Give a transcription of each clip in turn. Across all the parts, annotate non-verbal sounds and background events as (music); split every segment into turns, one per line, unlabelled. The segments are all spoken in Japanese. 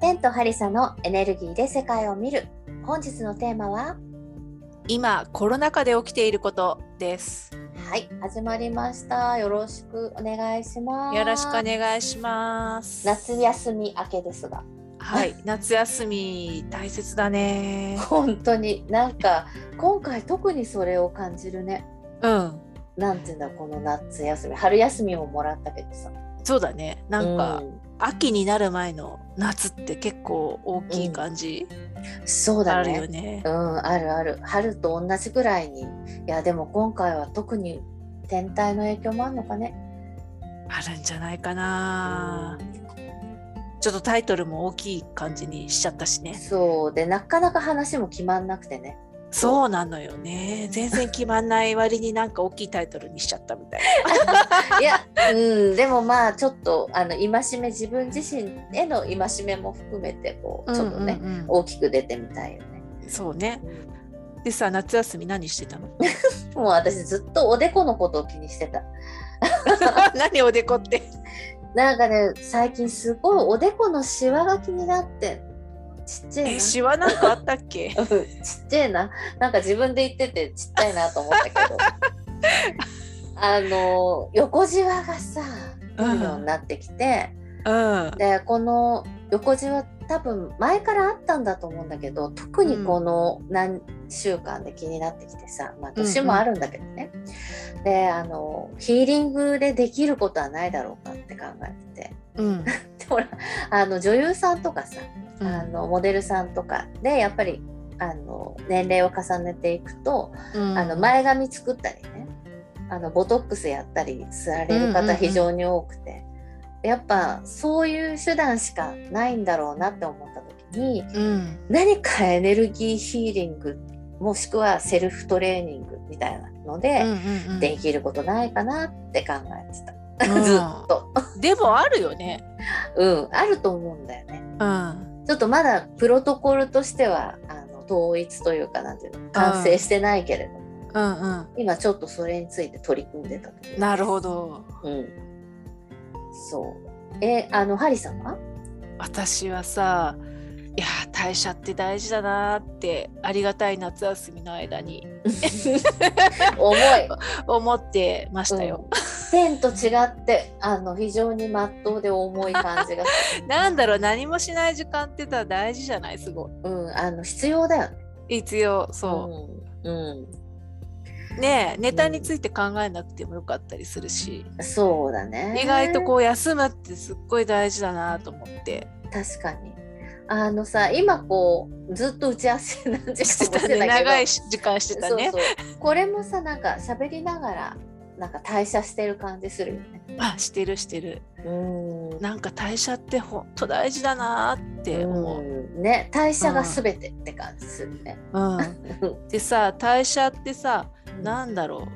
テントハリサのエネルギーで世界を見る本日のテーマは
今コロナ禍で起きていることです
はい始まりましたよろしくお願いします
よろしくお願いします
夏休み明けですが (laughs)
はい夏休み大切だね
本当になんか今回特にそれを感じるね
うん
なんていうんだこの夏休み春休みをもらったけどさ
そうだねなんか、
うん
秋になる前の夏って結構大きい感じ
そうだ
ある
ね
よね
う、んあるある春と同じぐらいにいやでも今回は特に天体の影響もあるのかね
あるんじゃないかな、ちょっとタイトルも大きい感じにしちゃったしね
そうでなかなか話も決まんなくてね
そうなのよね全然決まんない割になんか大きいタイトルにしちゃったみたい
いや、うん、でもまあちょっとあの戒め自分自身への戒めも含めてこう
な
ちょっとね、
うんうんうん
大きく出てみたいよね。
そうね。でさ夏休み何してたの
もう私ずっとおでこのことを気にしてた。
何おでこって。
なんかね最近すごいおでこのシワが気になってちっちゃい
え
な。
シワなんかあったっけ
うんちっちゃいな。なんか自分で言っててちっちゃいなと思ったけど。あの横じわがさ来る (laughs) ようになってきて、
うん。
でこの横じわ多分前からあったんだと思うんだけど特にこの何週間で気になってきてさ、まあ、年もあるんだけどね、であのヒーリングでできることはないだろうかって考えて
うん。
てでほらあの女優さんとかさあのモデルさんとかでやっぱりあの年齢を重ねていくと、
うん
あの前髪作ったりねあのボトックスやったりすられる
うんうんう
方
ん
非常に多くて、やっぱそういう手段しかないんだろうなって思った時に
うん。
何かエネルギーヒーリングもしくはセルフトレーニングみたいなの
うんう
で、
んうん
できることないかなって考えてた、
うん
ずっと
でもあるよね。
うんあると思うんだよね
うん。
ちょっとまだプロトコルとしてはあの統一というかなんていうの完成してないけれども、
うんうん。
今ちょっとそれについて取り組んでたところです
なるほど。
うん。そう。え、あの、ハリさんは
私はさ、いやー代謝って大事だなーってありがたい夏休みの間に
重い。
(laughs) 思ってましたよ。
ペンと違って、あの、非常にまっとうで重い感じがす
(laughs)
る。
なんだろう何もしない時間ってさ大事じゃないすご
うん、あの、必要だよね。
い。必要そう。
うん。
ねえネタについて考えなくてもよかったりするし、
うん、そうだね。
意外とこう休むってすっごい大事だなと思って
う。確かに。あのさ、今こう、ずっと打ち合わせなんじゃ
してた (laughs) ね長いし時間してたね
そうそう。これもさ、なんか喋りながら、なんか代謝してる感じするよね。
あしてるしてる
うん。
なんか代謝ってほんと大事だなって思う、
うんね、代謝が全てって感じするね。
うんでさ代謝ってさ
な
なんだろう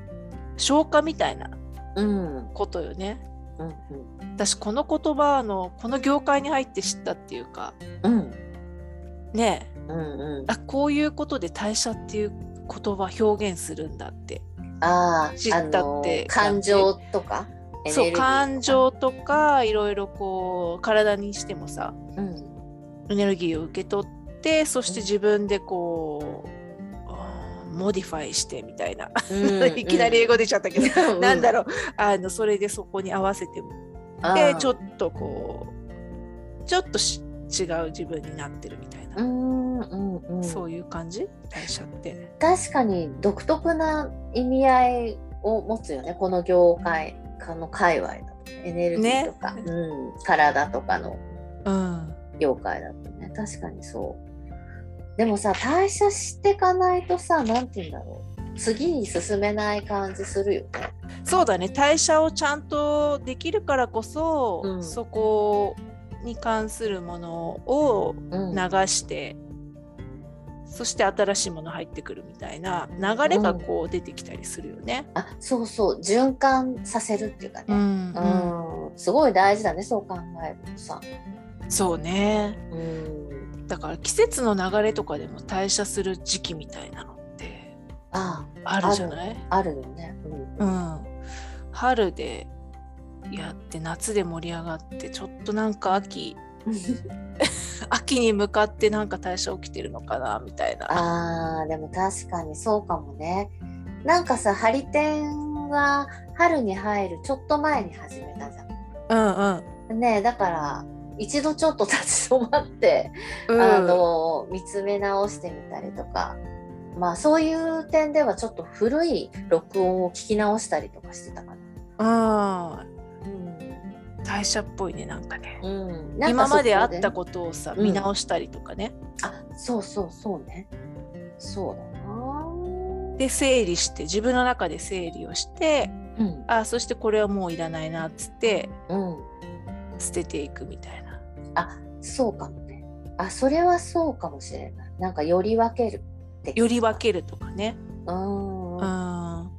消化みたいな
うん、うん
ことよね
うん
私この言葉あのこの業界に入って知ったっていうか
うん
ね
う
え
んうん
あこういうことで代謝っていう言葉表現するんだって
あ
知
ーあ
った
の
って
感情とかエネル
(laughs) そう
ギーとか
感、情とかいろいろこう体にしてもさ
うん
エネルギーを受け取ってそして自分でこう、うんモディファイしてみたいな、 (laughs) いきなり英語出ちゃったけど、なんだ
ろ
ろうあのそれでそこに合わせても
うん
でちょ
っ
っとこうちょっとし違う自分になってるみたいな、
うんうんうん、
そういう感じ代謝って。
確かに独特な意味合いを持つよねこの業界この界隈だとエネルギーとか、
ね
うん、体とかの
うん
業界だとね確かにそうでもさ退社してかないとさ何て言うんだろう次に進めない感じするよね
そうだね代謝をちゃんとできるからこそ、
うん
そこに関するものを
うん
流して、そして新しいもの入ってくるみたいな流れがこう出てきたりするよね。
あそうそう循環させるっていうかね
ん
うん、すごい大事だねそう考えるとさ
そうね
うん
だから季節の流れとかでも代謝する時期みたいなのって
あ
あるじゃない、
あるよね、うん
うん、春でやって夏で盛り上がってちょっとなんか秋秋に向かってなんか代謝起きてるのかなみたいな。
(laughs) あーでも確かにそうかもねなんかさハリテンは春に入るちょっと前に始めたじゃ
うんうん
んねえだから一度ちょっと立ち止まって、
うん。
あの見つめ直してみたりとかまあそういう点ではちょっと古い録音を聞き直したりとかしてたかな。
あ
うん
ー代謝っぽいねなんかね。
うんなんか
今まであ
そこ
ったことをさ
うん
見直したりとかね、
あそうそうそうねそうだな
で整理して自分の中で整理をして
うん
あーそしてこれはもういらないなっつって
うん
捨てていくみたいな。
そうかもねあそれはそうかもしれないなんかより分けるって
より分けるとかね。
う
うんん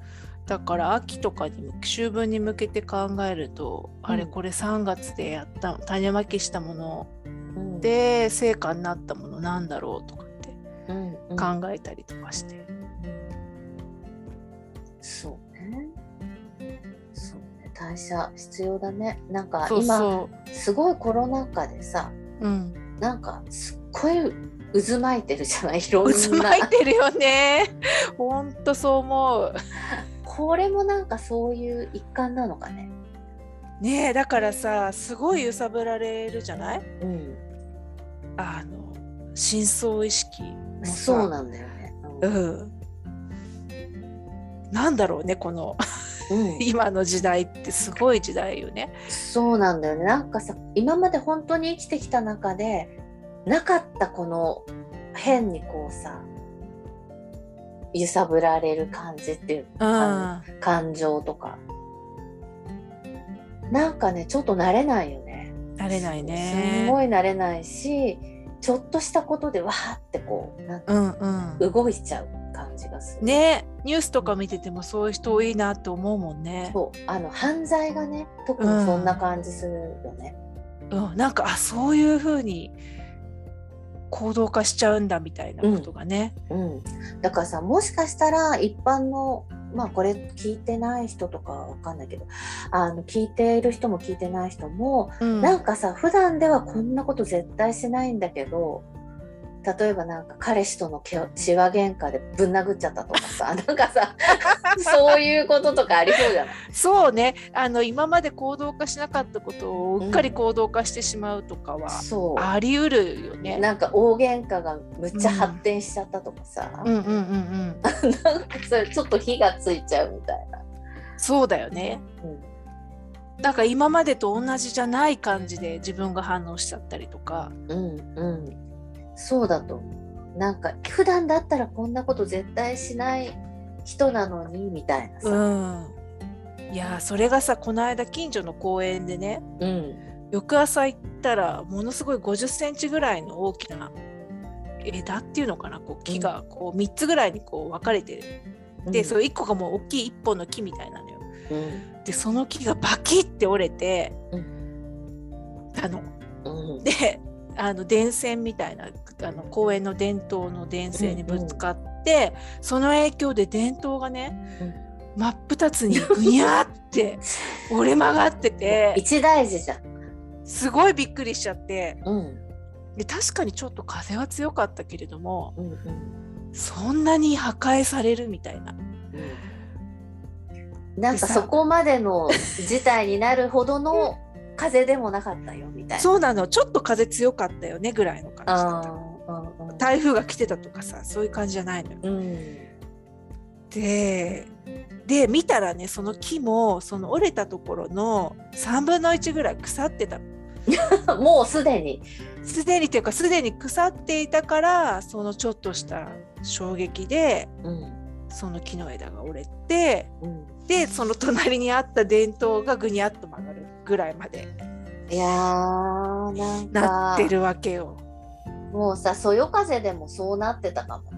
だから秋とかに秋分に向けて考えると、あれ
うん
これ3月でやった種まきしたもの
うん
で成果になったものなんだろうとかって
うんうん
考えたりとかして、
そうねそうね代謝必要だねなんか
そう
今
そ
すごいコロナ禍でさ
う、うん、
なんかすっごい渦巻いてるじゃないいろん
渦
な
巻いてるよ (laughs) ねほんとそう思う
これもなんかそういう一環なのかね
ねえだからさすごい揺さぶられるじゃない
うん
あの深層意識もさ
そうなんだよね
うんなんだろうねこの (laughs)
うんうん
今の時代ってすごい時代よね。
そうなんだよねなんかさ今まで本当に生きてきた中でなかったこの変にこうさ揺さぶられる感じっていう
う
あ感情とかなんかねちょっと慣れないよね
慣れない
す
ね。
ごい慣れないしちょっとしたことでわーってこうなんか
うんうん。
動いちゃう感じがする、
ねニュースとか見ててもそういう人多いなって思うもんね。
そうあの犯罪がね特にそんな感じするよね、
うん、なんかあそういうふうに行動化しちゃうんだみたいなことがね。
うん、だからさもしかしたら一般のまあこれ聞いてない人とかはわかんないけどあの聞いている人も聞いてない人も、
うん
なんかさ普段ではこんなこと絶対しないんだけど例えばなんか彼氏とのけしわ喧嘩でぶん殴っちゃったとか (laughs) さなんかさそういうこととかありそうじゃない
そうねあの今まで行動化しなかったことをうっかり行動化してしまうとかは
そう
あり得るよね。
なんか大喧嘩がむっちゃ発展しちゃったとかさ、
うんうんうんうん。
なんかそれちょっと火がついちゃうみたいな。
(laughs) そうだよね。
うん
なんか今までと同じじゃない感じで自分が反応しちゃったりとか。
うんうん、そうだと思うなんか普段だったらこんなこと絶対しない人なのにみたいなさ、
うん、いやーそれがさこの間近所の公園でね
うん
翌朝行ったらものすごい5 0ンチぐらいの大きな枝っていうのかなこう木がこう3つぐらいにこう分かれて
うん、
でそれ1個がもう大きい1本の木みたいなのよ。
うん
でその木がバキッて折れて
う
たの。
うん
であの電線みたいなあの公園の伝統の電線にぶつかって、その影響で伝統がね、真っ二つにぐにゃって折れ曲がっ
(laughs)
てて
一大事じゃん、
すごいびっくりしちゃって
うん
で確かにちょっと風は強かったけれども
うんうん
そんなに破壊されるみたいな
うん、なんかそこまでの事態になるほどの風でもなかったよみたいな。
そうなのちょっと風強かったよねぐらいの感じだ
あ
った
ー
台風が来てたとかさそういう感じじゃないのよ。
うんうん
でで見たらねその木もその折れたところの3分の1ぐらい腐ってたの (laughs)
うん、もうすでに、
すでにというかすでに腐っていたからそのちょっとした衝撃で
うん
その木の枝が折れて
うん、
でその隣にあった電灯がぐにゃっと曲がるぐらいまで
いやーなんか
なってるわけよ。
もうさそよ風でもそうなってたかも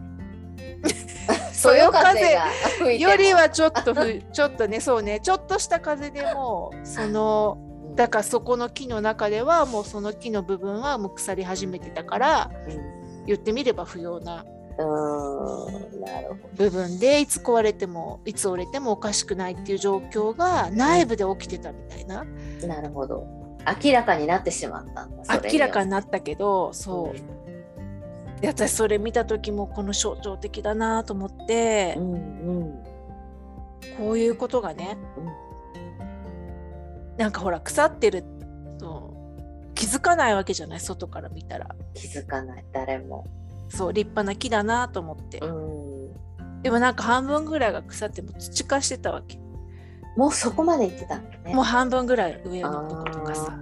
ね。
(laughs) そよ風
が吹いても
よりはちょっとふ (laughs) ちょっとねそうねちょっとした風でもそのだからそこの木の中ではもうその木の部分はもう腐り始めてたから言ってみれば不要な
うんうーんなるほ
部分でいつ壊れてもいつ折れてもおかしくないっていう状況が内部で起きてたみたいな
どなるほど。明らかになってしまったんだそれによって
明らかになったけどそうで私それ見た時もこの象徴的だなと思って
う、んうん
こういうことがね、なんかほら腐ってると気づかないわけじゃない外から見たら
気づかない誰も
そう立派な木だなと思って、
うん
でもなんか半分ぐらいが腐ってもう土化してたわけ、
もうそこまで行ってたんだね
もう半分ぐらい上のとことかさ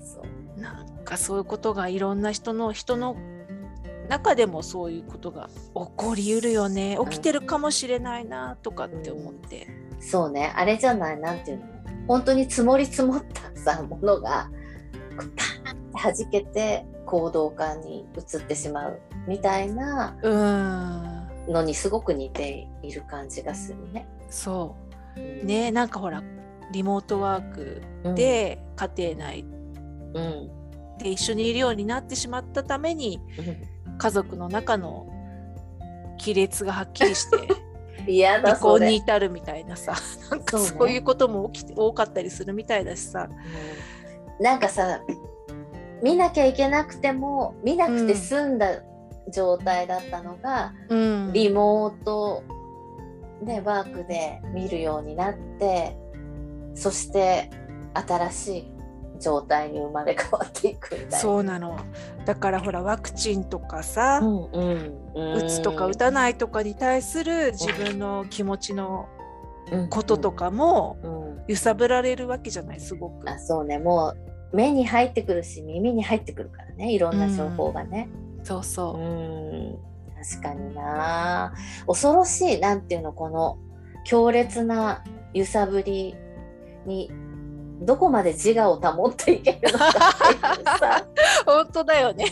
そう
なんかそういうことがいろんな人の人の中でもそういうことが起こりうるよね起きてるかもしれないなとかって思って、
そうねあれじゃないなんていうの本当に積もり積もったさものがこうパーンって弾けて行動化に移ってしまうみたいな
うーん
のにすごく似ている感じがするね。
そうねなんかほらリモートワークで家庭内
うん、うん
で一緒にいるようになってしまったために家族の中の亀裂がはっきりして (laughs)
嫌だ
離
そ
婚に
れ、
至るみたいなさなんか
そうね
そういうことも起きて多かったりするみたいだしさ
うんなんかさ見なきゃいけなくても見なくて済んだ状態だったのが、
うん
リモート、ね、ワークで見るようになってそして新しい状態に生まれ変わっていくみたいな。
そうなのだからほらワクチンとかさ、
うんうんうん
打つとか打たないとかに対する自分の気持ちのこととかも
うんうん
揺さぶられるわけじゃないすごく。
あそうねもう目に入ってくるし耳に入ってくるからねいろんな情報がね。
そうそうう、
ん確かにな恐ろしいなんていうのこの強烈な揺さぶりにどこまで自我を保っていけるのかっていうさ
(laughs) 本当だよね。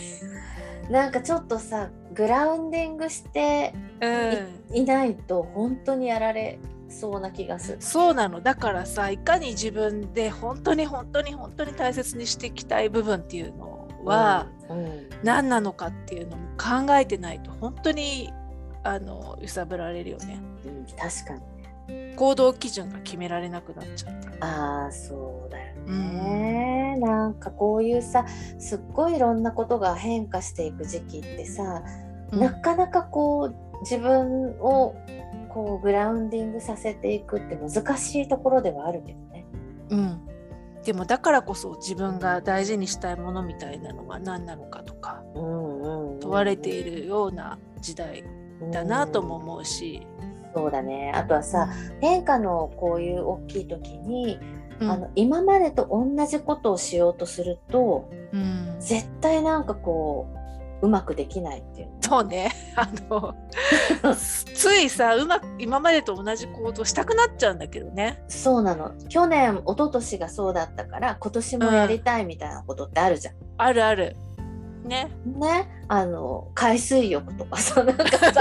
(laughs) なんかちょっとさグラウンディングして
うん
いないと本当にやられそうな気がする。
そうなのだからさいかに自分で本当に本当に本当に大切にしていきたい部分っていうのは
うん、うん
何なのかっていうのも考えてないと本当にあの揺さぶられるよね
うん確かに
行動基準が決められなくなっちゃって、
ああそうだよ
うん
ね、なんかこういうさすっごいいろんなことが変化していく時期ってさ、
うん
なかなかこう自分をこうグラウンディングさせていくって難しいところではあるけどね。
うんでもだからこそ自分が大事にしたいものみたいなのが何なのかとか
うんうんうん
問われているような時代だなとも思うし、
うんそうだねあとはさ変化のこういう大きい時に、
うん
あの今までと同じことをしようとすると
うん
絶対なんかこううまくできないっていうの
そうね (laughs) あのついさうまく今までと同じ行動したくなっちゃうんだけどね
そうなの去年一昨年がそうだったから今年もやりたいみたいなことってあるじゃん、
あるある
(laughs)
ね
ねあの海水浴とかさなんかさ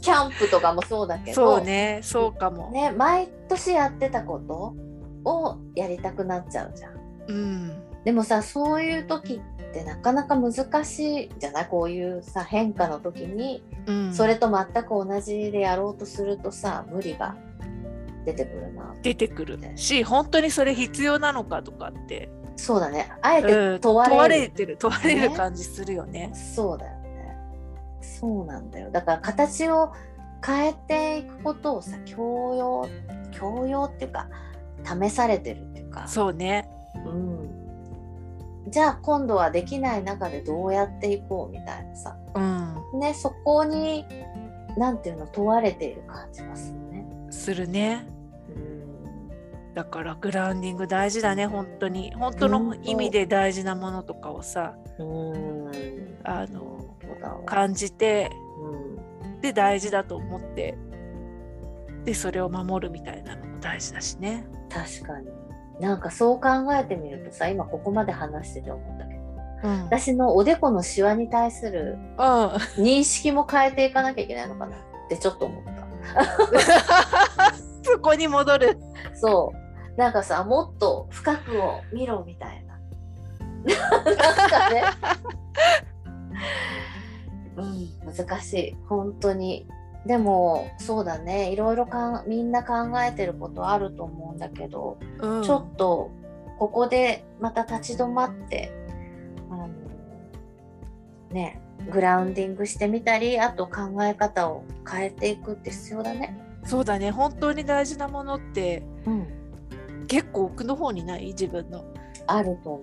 キャンプとかもそうだけど
そうねそうかも、
ね毎年やってたことをやりたくなっちゃうじゃん
うん
でもさそういう時ってなかなか難しいじゃないこういうさ変化の時に
うん、
それと全く同じでやろうとするとさ無理が出てくるな
出てくるし本当にそれ必要なのかとかって
そうだねあえ
う
て
ん
問われる
てる問われる感じするよね。
そうだよね。そうなんだよ。だから形を変えていくことをさ、強要、強要っていうか、試されてるっていうか、
そうね
うん。じゃあ今度はできない中でどうやっていこうみたいなさ、
うん
ね、そこに、なんていうの、問われている感じがするね。
するね
うん。
だからグラウンディング大事だね本当に本当の意味で大事なものとかをさ
うん。
あの
そうだわ
感じて
うん
で大事だと思ってでそれを守るみたいなのも大事だしね
確かに。なんかそう考えてみるとさ、今ここまで話してて思ったけど、
うん、うん、
私のおでこのシワに対する (laughs) 認識も変えていかなきゃいけないのかなってちょっと思っ
そこに戻る
たそうなんかさもっと深くを見ろみたいななんか
(laughs)
ねうん難しい本当にでもそうだねいろいろかんみんな考えてることあると思うんだけど、
うん
ちょっとここでまた立ち止まってあのねグラウンディングしてみたりあと考え方を変えていくって必要だね。
そうだね本当に大事なものって結構奥の方にない自分の
あると思う。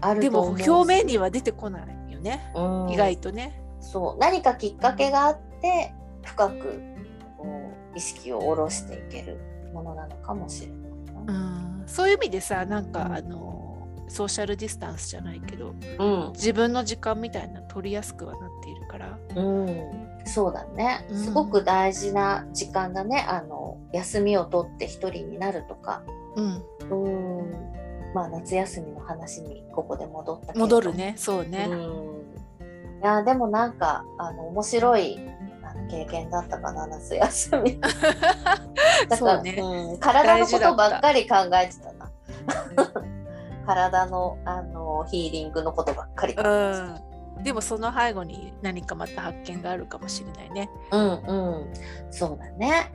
ある
で
と
も
思う
表面には出てこないよね、
うん
意外とね
そう何かきっかけがあって深くこう意識を下ろしていけるものなのかもしれない。
うんそういう意味でさなんか、
うん
あのソーシャルディスタンスじゃないけ
う
ど
ん
自分の時間みたいなの取りやすくはなっているから
うん、そうだね、
うん
すごく大事な時間だねあの休みを取って一人になるとか
うん
うんまあ夏休みの話にここで戻ったけど
戻るねそうね、 (laughs)
うんいやでもなんかあの面白いあの経験だったかな夏休みだか
そ
ら
うね
ん体のこ
大事だ
と
った
ばっかり考えてたな (laughs) 体のあのヒーリングのことばっかり考えてた
うん、でもその背後に何かまた発見があるかもしれないね。
うんうん、そうだね。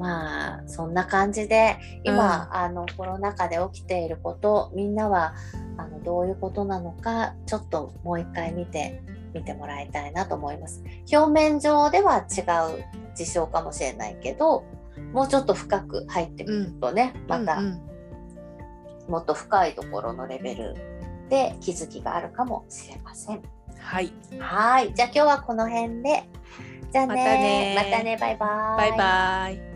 まあそんな感じで今、あのコロナ禍で起きていることみんなはあのどういうことなのかちょっともう一回見て見てもらいたいなと思います。表面上では違う事象かもしれないけどもうちょっと深く入ってみるとね、ま
う
た
ん
もっと深いところのレベルで気づきがあるかもしれません。
うんはい、
はいじゃあ今日はこの辺でじゃあね
またね
またねバイバ
バイバイ。